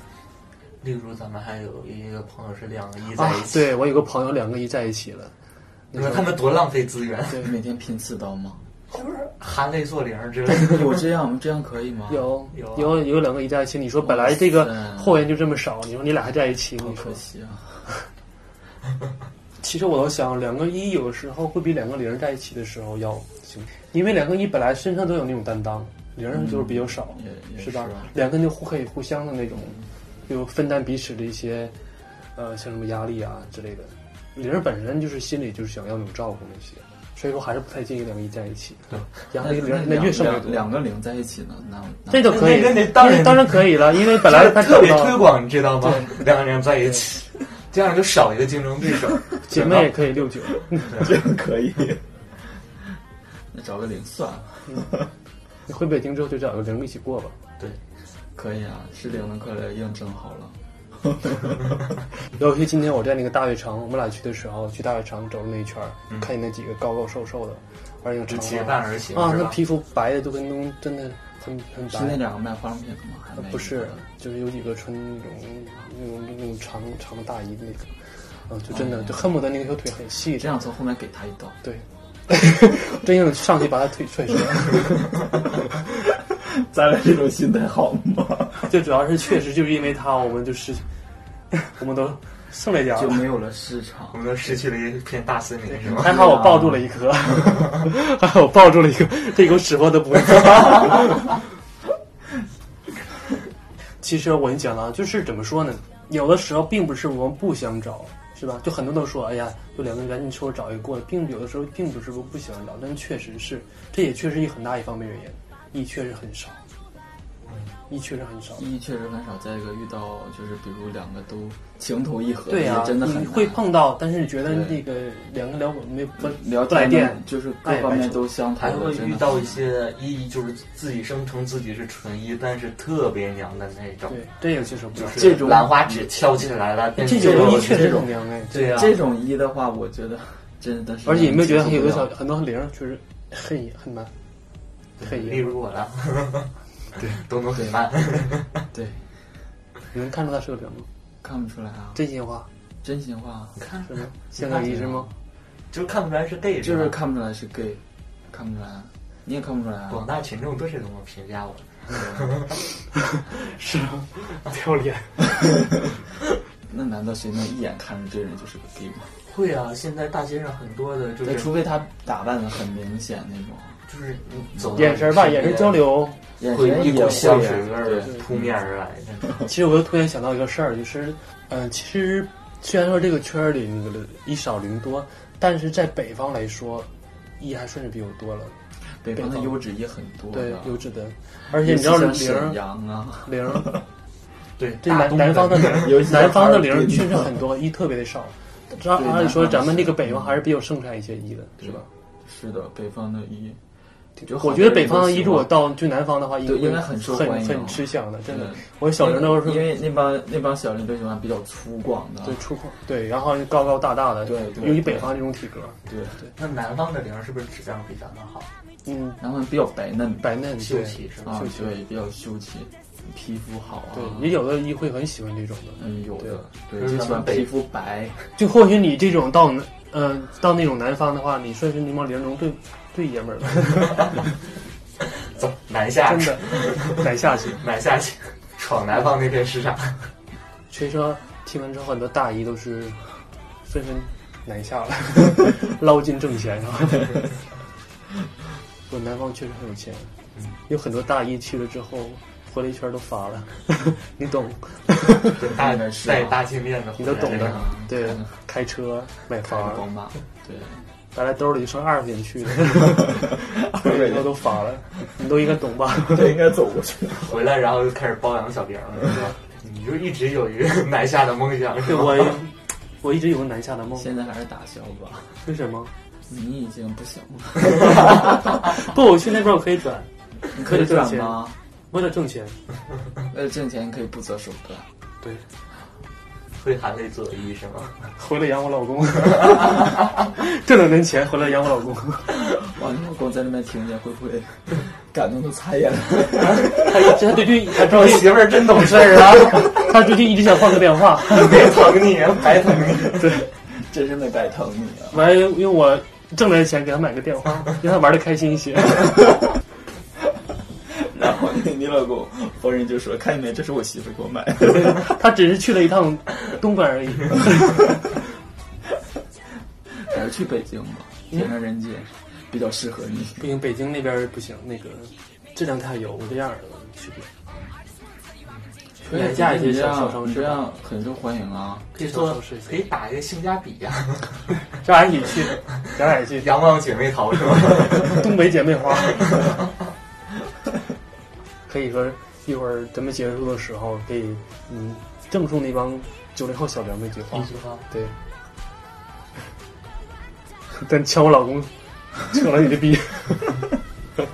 S2: 例如，咱们还有一个朋友是两个一在
S1: 啊
S2: 一，起，
S1: 对我有个朋友两个一在一起了，
S2: 你说他们多浪费资源，
S3: 对，每天拼刺刀吗？
S2: 含泪做零之类的。
S3: 有这样这样可以吗？
S1: 有
S2: 有啊
S1: 有有两个一在一起，你说本来这个
S3: 哇塞
S1: 货源就这么少，你说你俩还在一起，
S3: 好
S1: 你说
S3: 可惜啊。
S1: 其实我都想，两个一有的时候会比两个零在一起的时候要行，因为两个一本来身上都有那种担当，零儿就是比较少，
S3: 嗯也也
S1: 是吧？
S3: 是啊
S1: 两个就互可以互相的那种，就分担彼此的一些，呃，像什么压力啊之类的。零儿本身就是心里就是想要那种照顾那些，所以说还是不太建议两个一在一起。
S2: 对，
S1: 然后
S3: 那
S1: 那个零儿
S3: 嗯
S1: 那
S3: 那
S1: 越
S3: 两
S1: 剩越
S3: 两
S1: 多，
S3: 两个零在一起呢，那那
S1: 这就可以，嗯
S2: 那那那当然
S1: 因为当然可以了，因为本来他
S2: 特别
S1: 找到
S2: 推广，你知道吗？ 两个人在一起，这样就少一个竞争对手。
S1: 姐妹也可以六九，
S3: 这样可以。 那找个零算了，
S1: 你回北京之后就找个零儿一起过吧。
S2: 对，
S3: 可以啊，是零的快来验证好 了。
S1: 尤其今天我在那个大悦城，我们俩去的时候，去大悦城走了那一圈儿，看见那几个高高瘦瘦的，而且有
S2: 嗯就
S1: 长
S2: 结
S1: 发
S2: 伴而行
S1: 啊，
S2: 是
S1: 那
S2: 吧？
S1: 皮肤白的都跟东真的很很
S3: 是那
S1: 白。
S3: 两个卖化妆品的吗？还
S1: 呃
S3: 没
S1: 不是，就是有几个穿那种那种那种长长的大衣的那个，嗯，就
S3: 哦
S1: 真的就恨不得那个小腿很细
S3: 你这，样从后面给他一刀，
S1: 对，真想上去把他腿踹折。
S3: 咱俩这种心态好吗？
S1: 最主要是确实就是因为他，我们就是我们都受不了
S3: 就
S1: 了。
S3: 没有了市场
S2: 我。们都失去了一片大森林，是吗？
S1: 还好我抱住了一 颗，还好我抱住了一个，这口屎我都不会 放。其实我跟你讲了，就是怎么说呢？有的时候并不是我们不想找，是吧？就很多都说，哎呀，就两个人赶紧说找一个过来，并有的时候并不是不不想找，但确实是，这也确实一很大一方面原因，一确实很少，一确实很少。
S3: 一确实很少，再一个遇到就是比如两个都情投意合，
S1: 对呀、
S3: 也真的很
S1: 你
S3: 难
S1: 会碰到，但是你觉得
S3: 对
S1: 那个两个聊没不
S3: 聊
S1: 不来
S3: 天呢
S1: 电，
S3: 就是各方面都相投
S2: 还
S3: 了，
S2: 会
S3: 真的
S2: 遇到一些一就是自己声称自己是纯一，但是特别娘的那种
S1: 对，，这也接受不了
S2: 就。是
S3: 这种
S2: 兰花指挑起来了，变
S1: 这种
S2: 成
S3: 种
S1: 东
S2: 了
S1: 西确
S3: 这
S1: 实
S3: 种
S1: 很娘哎，
S2: 对啊，
S3: 这种一的话，我觉得真的是，
S1: 而且你有没有觉得很有的
S3: 多
S1: 小很多零儿就是很也很难，很
S2: 例
S1: 也
S2: 如我啦， 对，东东很慢，
S3: 对，
S1: 你能看出他是个零吗？
S3: 看不出来啊，
S1: 真心话
S3: 真心话，啊
S2: 看
S1: 是吗？性格一致吗？
S2: 就是看不出来是 gay，
S3: 就是
S2: 吧
S3: 看不出来是 gay，看不出来，啊你也看不出来
S2: 广
S3: 啊，
S2: 大群众都是这么评价我的。
S1: 是啊，丢脸。
S3: 那难道谁能一眼看出这人就是个 gay 吗？
S2: 会啊，现在大街上很多的就
S3: 对，
S2: 是
S3: 除非他打扮的很明显那种，
S2: 就是你走到
S1: 眼神儿吧，
S2: 身
S1: 眼
S2: 边
S1: 神交流。
S3: 眼
S2: 会
S3: 神
S2: 一
S3: 也
S2: 股
S3: 会
S2: 香水味儿
S3: 对
S2: 扑面而来，真的
S1: 其实我又突然想到一个事儿，就是，呃，其实虽然说这个圈儿里那个以少零多，但是在北方来说，一还算是比较多了，
S3: 北方的优质也很多
S1: 对
S3: 的，，
S1: 优质的。而且你知道
S3: 尤
S1: 零
S3: 其像沈阳啊，
S1: 零 儿，
S2: 对，
S1: 这
S2: 大
S1: 南
S2: 东
S1: 南方的零儿
S3: 尤其，
S1: 南
S3: 是哈尔滨
S1: 方的零儿确实 很多，一特别的少。这
S3: 对
S1: 按理说
S3: 南方
S1: 咱们
S3: 是
S1: 这个北方还是比较盛产一些一的，是吧？
S3: 是的，北方的一，就
S1: 我觉得北方的一如果到去南方的话，一
S3: 对
S1: 定
S3: 应该
S1: 很
S3: 很受欢
S1: 很
S3: 迎哦
S1: 很吃香的，真的
S3: 对。
S1: 我小时候是
S3: 因为那帮那帮小人都喜欢比较粗犷的，
S1: 对出口对，然后高高大大的，
S3: 对对
S1: 尤其北方这种体格，
S3: 对，
S2: 那南方的铃是不是质量比咱们好？
S1: 嗯，
S3: 然后比较白嫩
S1: 白嫩
S2: 秀
S1: 对
S2: 气是吧？
S3: 啊
S1: 秀，气
S3: 对，比较秀气，皮肤好啊，
S1: 对，也有的一会很喜欢这种的，
S3: 嗯有的，对，
S2: 就是
S3: 就喜
S2: 咱们
S3: 欢
S2: 北
S3: 皮肤白，
S1: 就或许你这种到南嗯、到那种南方的话，你算是那帮零中最最爷们儿的，
S2: 走南下，
S1: 真的 得下去。
S2: 南下去，闯南方那片市 场。
S1: 所以说，听完之后，很多大姨都是纷纷南下了， 捞金挣钱，然后我南方确实很有钱，
S3: 嗯
S1: 有很多大姨去了之后，回来一圈都发了， 你 懂，
S2: 对，大
S3: 应该是啊
S2: 带大金链子回
S1: 你都
S2: 来的，
S1: 懂的，对
S3: 嗯，
S1: 开车买
S3: 光
S1: 房，
S3: 吧，对，
S1: 本来兜里就剩二十块钱去的， 回来
S3: 对
S1: 以后都发了，你都应该懂吧？
S3: 这应该走过去，
S2: 回来然后就开始包养小玲了，是吧？你就一直有一个 南下的梦想，是
S1: 对
S2: 吧？
S1: 我，我一直有个南下的梦，
S3: 现在还是打消吧，
S1: 为什么？
S3: 你已经不行了，
S1: 不，我去那边我可以转，
S3: 你
S1: 可
S3: 可
S1: 以
S3: 以
S1: 挣
S3: 转
S1: 钱
S3: 吗？
S1: 为了挣钱，
S3: 为了挣钱，你可以不择手段。
S1: 对。
S2: 会含泪左一是 吗？
S1: 回来养我老公， 挣两年钱回来养我老公，
S3: 哇，你老公在那边听见，会不会 感动的擦眼泪？
S1: 他他最近他
S2: 我
S1: 最近
S2: 媳妇儿真懂事儿啊，
S1: 他最近一直想换个电话，
S2: 别疼你，白疼你。
S1: 对，
S3: 真是没白疼你啊！
S1: 完用我挣来的钱给他买个电话，让他玩的开心 一些。
S3: 然后你你老公逢人就说：“看见没，这是我媳妇给我买的。”
S1: 他只是去了一趟东莞而已，
S3: 还是去北京吧，天上人间比较适合你。
S1: 不行，北京那边不行，那个质量太油，我这样儿的去不了。南下一些小小城
S3: 你
S1: 市
S3: 这，样很受欢迎啊！
S2: 可以做，可以打一个性价比呀、
S1: 咱俩一起去，咱俩一起去
S2: 阳光姐妹淘是 吗？
S1: 东北姐妹花。可以说一会儿咱们结束的时候，可以嗯赠送那帮九零后小娘们一句话，对。 但抢我老公，抢了你的逼，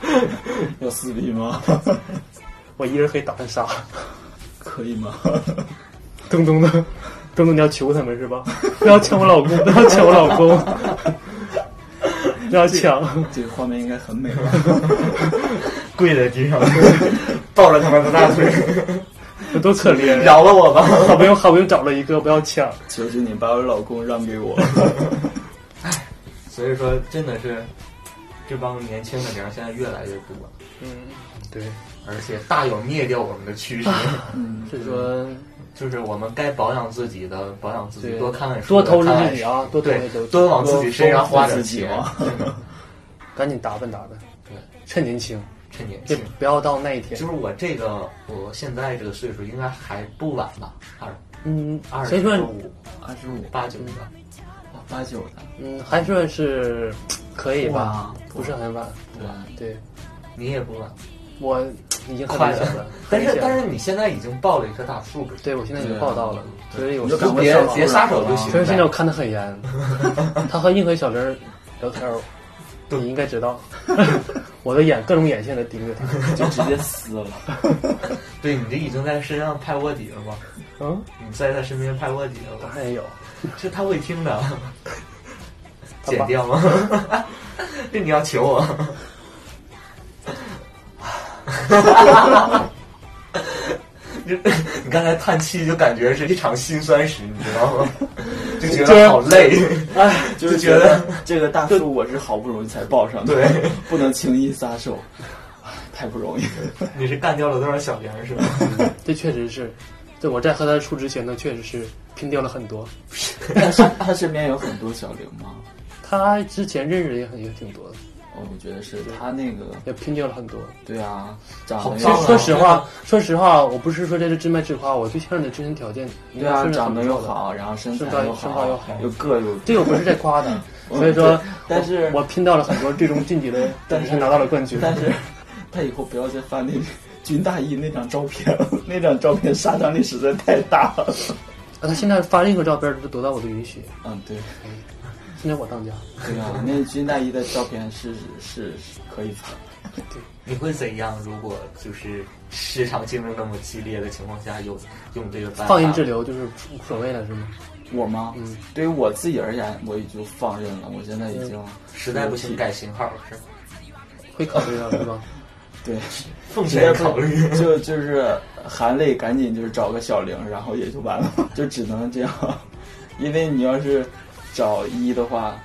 S3: 要撕逼吗？
S1: 我一人可以打他仨，
S3: 可以 吗？
S1: 咚咚的，咚咚你要求他们是吧？不要抢我老公，不要抢我老公，不要抢，
S3: 这个画面应该很美吧？
S2: 跪在地上， 抱着他们的大腿，
S1: 我多可怜。啊
S2: 饶了我吧。
S1: 好不容易好不容易找了一个，不要抢。
S3: 求求你把我老公让给我。
S2: 所以说，真的是这帮年轻的娘现在越来越多，
S1: 嗯，对，
S2: 而且大有灭掉我们的 趋势。
S3: 嗯，
S1: 所以说
S2: 就是我们该保养自己的，保养自己，
S1: 对
S2: 多看看书，
S1: 多投资
S2: 看看
S1: 自己啊，多投
S2: 对
S1: 资投，资，
S2: 多往自己身上花点
S3: 多丰富自己
S2: 钱，
S3: 嘛
S1: 赶紧打扮打扮，
S2: 对，
S1: 趁年轻，
S2: 趁年
S1: 就
S2: 轻。
S1: 不要到那一天
S2: 就。是我这个，我现在这个岁数应该还不晚吧，二
S1: 嗯
S2: 二，
S1: 所以
S2: 十
S1: 说，
S2: 五
S3: 二十五
S2: 八九的，
S3: 八九的，
S1: 嗯，还算是可以吧
S3: 哇，
S1: 不是很晚。
S2: 对吧？
S1: 对，
S2: 你也不晚，
S1: 我已经很
S2: 快
S1: 理想了，
S2: 但是
S1: 很理想
S2: 但是你现在已经抱了一棵大树了，
S1: 对我现在已经报道了，所以有
S3: 你
S1: 时
S3: 就
S1: 候
S3: 赶快
S2: 别
S3: 上网
S2: 别撒手就
S3: 了
S2: 行
S1: 所以现在我看得很 严。他和硬核小玲聊天儿，你应该知 道，我的眼各种眼线在盯着他。
S3: 就直接撕了。
S2: 对你这已经在身上拍卧底了吗？
S1: 嗯，
S2: 你在他身边拍卧底了
S1: 当
S2: 吗？
S1: 然也有，
S2: 这他会听 的，
S1: 他爸
S2: 剪掉吗？这你要求我？ 你你刚才叹气就感觉是一场辛酸史，你知道吗？就觉得好累，
S3: 哎， 就是
S2: 觉得
S3: 这个大树我是好不容易才抱上的，
S2: 对，
S3: 不能轻易撒手，唉太不容易了。
S2: 你是干掉了多少小梁是吧？
S1: 这确实是，对我在和他处之前呢，确实是拼掉了很多。
S3: 他身 他身边有很多小玲吗？
S1: 他之前认识的也很也挺多的，
S3: 哦我觉得是他那个，
S1: 也拼掉了很多。
S3: 对啊，长
S2: 好
S3: 得
S1: 其实
S2: 棒
S3: 又
S2: 啊
S1: 说实话，说实话，我不是说这是自卖自夸，我对象的自身条件，
S3: 对啊，
S1: 确实
S3: 长
S1: 很不
S3: 得
S1: 错
S3: 又
S1: 的，
S3: 好，然后身
S1: 身
S3: 材
S1: 高
S3: 又
S1: 身高又好
S3: 又个又
S1: 这个不是在夸他，所以说
S3: 对，但是
S1: 我我拼到了很多，最终晋级了，
S3: 但
S1: 但
S3: 是
S1: 是拿到了冠军。啊
S3: 但是 他以后不要再发那 军大衣那张照片了，那张照片杀伤力实在太大了。
S1: 啊他现在发任何照片都得到我的允许，
S3: 嗯，对，
S1: 现在我当家，
S3: 对啊，那军大衣的照片是是是可以发。
S2: 你会怎样？如果就是市场竞争那么激烈的情况下，有用这个办法
S1: 放任自流就是无所谓了，是吗？
S3: 我吗？
S1: 嗯，
S3: 对于我自己而言，我已经放任了。我现在
S2: 嗯
S3: 已经
S2: 实在不行改型号是吧？
S1: 会考虑到是吧？
S3: 对，
S2: 奉
S3: 实在
S2: 劝
S3: 不
S2: 考 虑。
S3: 就就是含泪赶紧就是找个小玲，然后也就完了，就只能这样。因为你要是找一的话，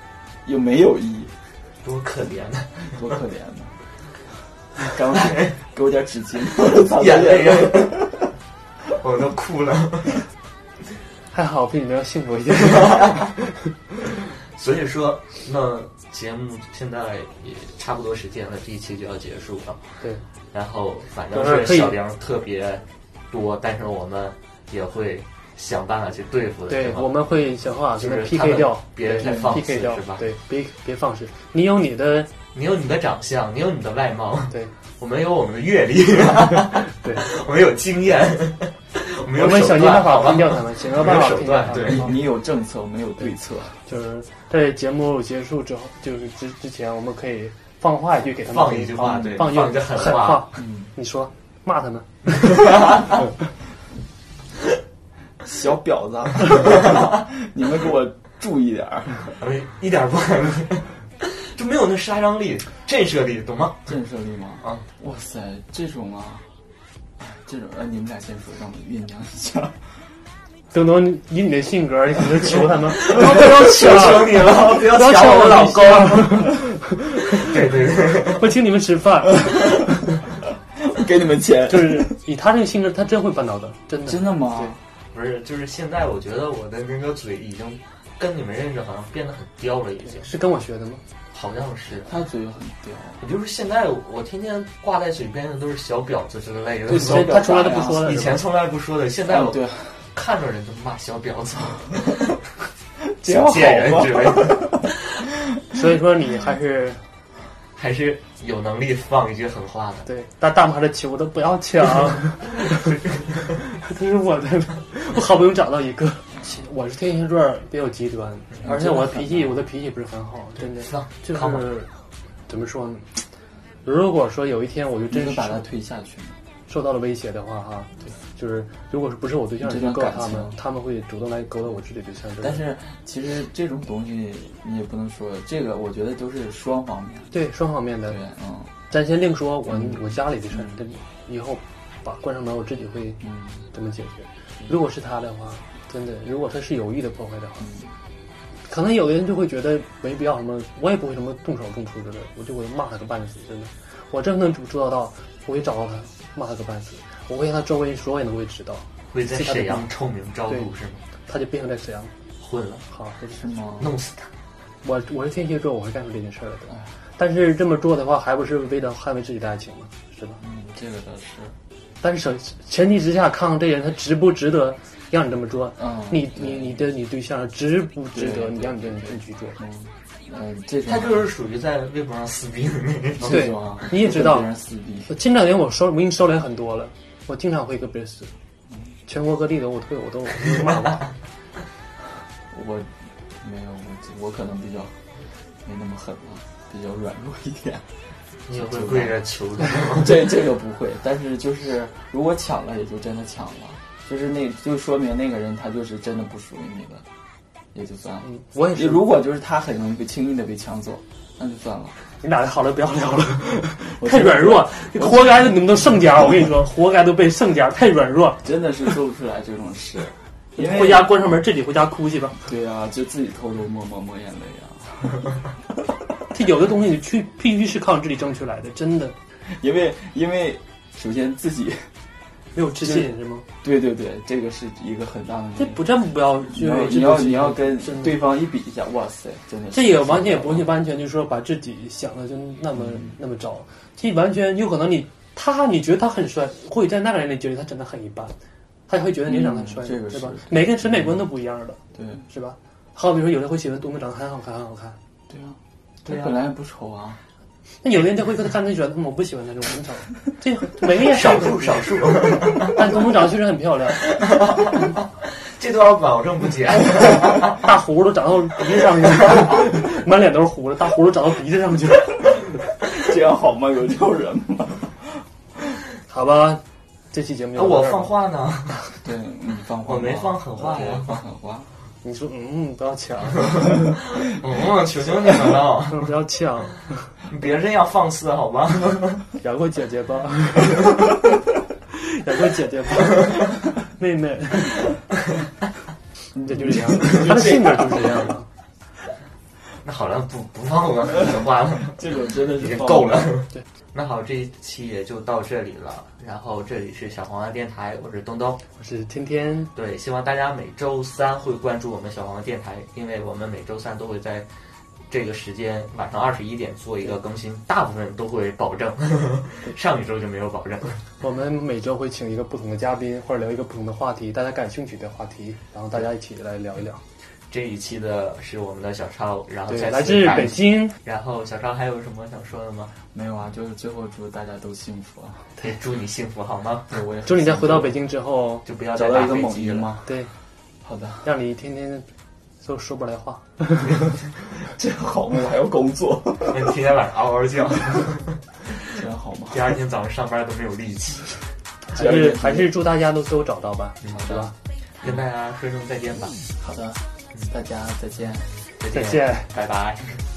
S3: 又没有一，
S2: 多可怜啊呐！
S3: 多可怜 呢。赶快给我点纸巾，我擦
S2: 眼泪啊呀，我都哭了。
S1: 还好比你们要幸福一点。
S2: 所以说，那节目现在也差不多时间了，这一期就要结束了。
S1: 对，
S2: 然后反正是小梁特别多，但是我们也会想办法去对付的。
S1: 对
S2: 是，吧
S1: 我们会想办法
S2: 就
S1: 跟
S2: 是
S1: 他
S2: 他们
S1: PK 掉，
S2: 别
S1: 对
S2: 太放肆
S1: PK 掉
S2: 是吧，
S1: 对，别别放肆，你有你的，
S2: 你有你的长相，你有你的外貌，
S1: 对
S2: 我们有我们的阅 历，
S1: 对，
S2: 我们有经验，我们
S1: 我
S2: 有
S1: 们
S2: 手
S1: 想尽办
S2: 段好
S1: 法
S2: 吧
S1: 拼掉他们，想尽办法
S2: 手
S1: 拼掉
S2: 段
S1: 他
S2: 对
S1: 们。好
S3: 你有政策，我们有对策。
S1: 就是在节目结束之后，就是之之前，我们可以放话一句给他们
S2: 放
S1: 听，
S2: 一句话，对，
S1: 放
S2: 放一
S1: 句
S2: 句狠
S1: 狠
S2: 话。嗯
S1: 话，你说骂他们，
S3: 小婊子，啊 你们给我注意点儿，
S2: 我们哎一点不狠， 就没有那杀伤力、震慑力，懂吗？
S3: 震慑力吗？
S2: 啊，
S3: 哇塞，这种啊，哎这种呃，你们俩先说，让我酝酿一下。
S1: 等等，以你的性格，你可能求他 们，不要求啊
S2: 求求你了，不要
S1: 不要
S2: 抢
S1: 抢
S2: 我
S1: 我
S2: 老
S1: 老
S2: 公
S1: 公！
S2: 对对对，
S1: 我请你们吃饭，
S3: 给你们钱，
S1: 就是以他这个性格，他真会办到的，真的。
S3: 真的吗？
S2: 不是，就是现在，我觉得我的那个嘴已经跟你们认识好像变得很刁了，已经
S1: 是跟我学的吗？
S2: 好像是。
S3: 他嘴很刁，
S2: 也就是现在，我天天挂在嘴边的都是小婊子之类的，
S1: 对，
S2: 所以
S1: 他从来都不说的。
S2: 以前从来不说的，现在
S3: 啊
S2: 我
S3: 对，
S2: 看着人就骂小婊子、
S3: 这样好
S2: 贱人
S3: 吗
S2: 之？类的。
S1: 所以说你还是
S2: 还是有能力放一句狠话的。
S1: 对大大妈的球都不要 抢，这是我的，我好不容易找到一个。我是天蝎座，比较极端，而且我的脾气，我的脾气不是很好，真的。
S2: 那
S1: 就
S2: 看吧
S1: 是怎么说呢？如果说有一天我就
S3: 你
S1: 真
S3: 能
S1: 是
S3: 把他推下去吗？
S1: 受到了威胁的话，哈，对，就是如果是不是我对象
S3: 你
S1: 去
S3: 这段
S1: 告
S3: 感
S1: 他
S3: 情
S1: 们，他们会主动来勾搭我自己对象。真的
S3: 但是其实这种东西你也不能说，这个我觉得都是双方面。
S1: 对双方面的
S3: 对，，嗯
S1: 咱先另说我我家里的事儿，但以后把关上门，我自己会
S3: 嗯
S1: 怎么解决。如果是他的话，真的，如果他是有意的破坏的话，可能有的人就会觉得没必要什么，我也不会什么动手动粗之类的，我就会骂他个半死，真的。我真能捕捉到，我一找到他，骂他个半死，我会让他周围所有人都会知道，
S2: 会在沈阳臭名昭著
S1: 对
S2: 是吗？
S1: 他就变成在沈阳。
S2: 混了，
S1: 好，
S3: 是吗？
S2: 弄死他！
S1: 我我是天蝎座，我会干出这件事儿来的。但是这么做的话，还不是为了捍卫自己的爱情吗？是吧？
S3: 嗯，这个倒是，
S1: 但是首前提之下，看看这人他值不值得让你这么做。
S3: 嗯
S1: 你你你的你对象值不值
S3: 对
S1: 得你让你这你去做？
S3: 嗯嗯，这种
S2: 他就是属于在微博上撕逼的那种。
S1: 对
S3: 这种啊
S1: 你也知道
S3: 跟别人撕逼，
S1: 我经常给我收，我给你收敛很多了。我经常会跟别人撕，全国各地的我都有我都我都骂过。
S3: 我没有，我我可能比较没那么狠吧，比较软弱一点。
S2: 你也会跪着求他吗？
S3: 这这个不会，但是就是如果抢了，也就真的抢了，就是那就说明那个人他就是真的不属于你的，也就算了。
S1: 嗯我 也是
S3: 如果就是他很容易被轻易的被抢走，那就算了。
S1: 你俩好了，不要聊了， 太软弱，活该你们都圣家。我跟你说，活该都被圣家，太软弱。
S3: 真的是做不出来这种事，因为
S1: 回家关上门，自己回家哭去吧。
S3: 对呀、就自己偷偷摸摸抹眼泪啊。
S1: 这有的东西你去必须是靠你自己争取来的，真的
S3: 因为因为首先自己
S1: 没有自信是吗？
S3: 对对对，这个是一个很大的
S1: 这
S3: 原因。
S1: 不这不要，
S3: 你
S1: 就
S3: 要
S1: 是
S3: 你要你要跟
S1: 真的
S3: 对方一比一下，哇塞，真的是
S1: 这也完全也不是完全就是说把自己想的就那么、
S2: 嗯
S1: 那么糟，这完全有可能你他你觉得他很帅，或者在那个人里觉得他真的很一般，他也会觉得你长得很帅，
S3: 嗯这个
S1: 对
S3: 是
S1: 吧？每个人
S2: 嗯
S1: 审美观都不一样的，
S3: 对
S1: 是吧？好比说有人会喜欢东哥长得很好看很好看，
S3: 对啊，他
S2: 对啊
S3: 本来也不丑啊。
S1: 那有的人他会看他觉得嗯我不喜欢他，我很丑，这每个人
S2: 少数少数，
S1: 但东哥长得确实很漂亮，
S2: 这段我保证不 剪。
S1: 大胡子长到鼻子上去了，满脸都是胡子，大胡子长到鼻子上去了。
S3: 这样好吗？有这种人吗？
S1: 好吧，这期节目就
S2: 那
S1: 到
S2: 啊我
S1: 这儿吧
S2: 放，话呢，
S3: 对，你放话吗，
S2: 我没放狠话呀
S3: 对放狠话。
S1: 你说嗯，不要抢，
S2: 嗯，求求你们了，
S1: 不要抢，
S2: 你别这样放肆好 吗？
S1: 杨过姐 姐吧，杨过姐姐吧，妹妹， 这就是这样，他的性格就是这样的。
S2: 那好了，不不放我狠话 了。
S3: 这种真的
S2: 已
S3: 是
S2: 经够了。
S1: 对，
S2: 那好，这一期也就到这里了。然后这里是小黄鸭电台，我是东东。
S1: 我是天天，
S2: 对，希望大家每周三会关注我们小黄鸭电台，因为我们每周三都会在这个时间晚上二十一点做一个更新，大部分都会保证。 上一周就没有保证。
S1: 我们每周会请一个不同的嘉宾，或者聊一个不同的话题，大家感兴趣的话题，然后大家一起来聊一聊。
S2: 这一期的是我们的小超，然后
S1: 对，
S2: 再次
S1: 来自
S2: 感
S1: 北京，
S2: 然后小超还有什么想说的吗？
S3: 没有啊，就是最后祝大家都幸福啊！
S2: 也祝你幸福好吗？
S3: 对，我也很
S1: 祝你在回到
S3: 幸
S1: 北京之后，
S2: 就不要
S3: 福
S2: 再
S3: 找到
S2: 打
S3: 一个
S2: 飞
S3: 猛
S2: 机
S3: 音
S2: 了。
S3: 吗？
S1: 对，
S3: 好 的，
S1: 让你天天都说不来话。
S3: 真好吗？我还要工作，
S2: 那你天天晚上嗷嗷叫，
S3: 真好 吗？
S2: 第二天早上上班都没有力气。
S1: 还是还是祝大家都都找到吧，是吧？
S2: 跟大家说声再见吧，
S3: 嗯好的，大家再见。
S1: 再见
S2: 拜拜。
S4: 嗯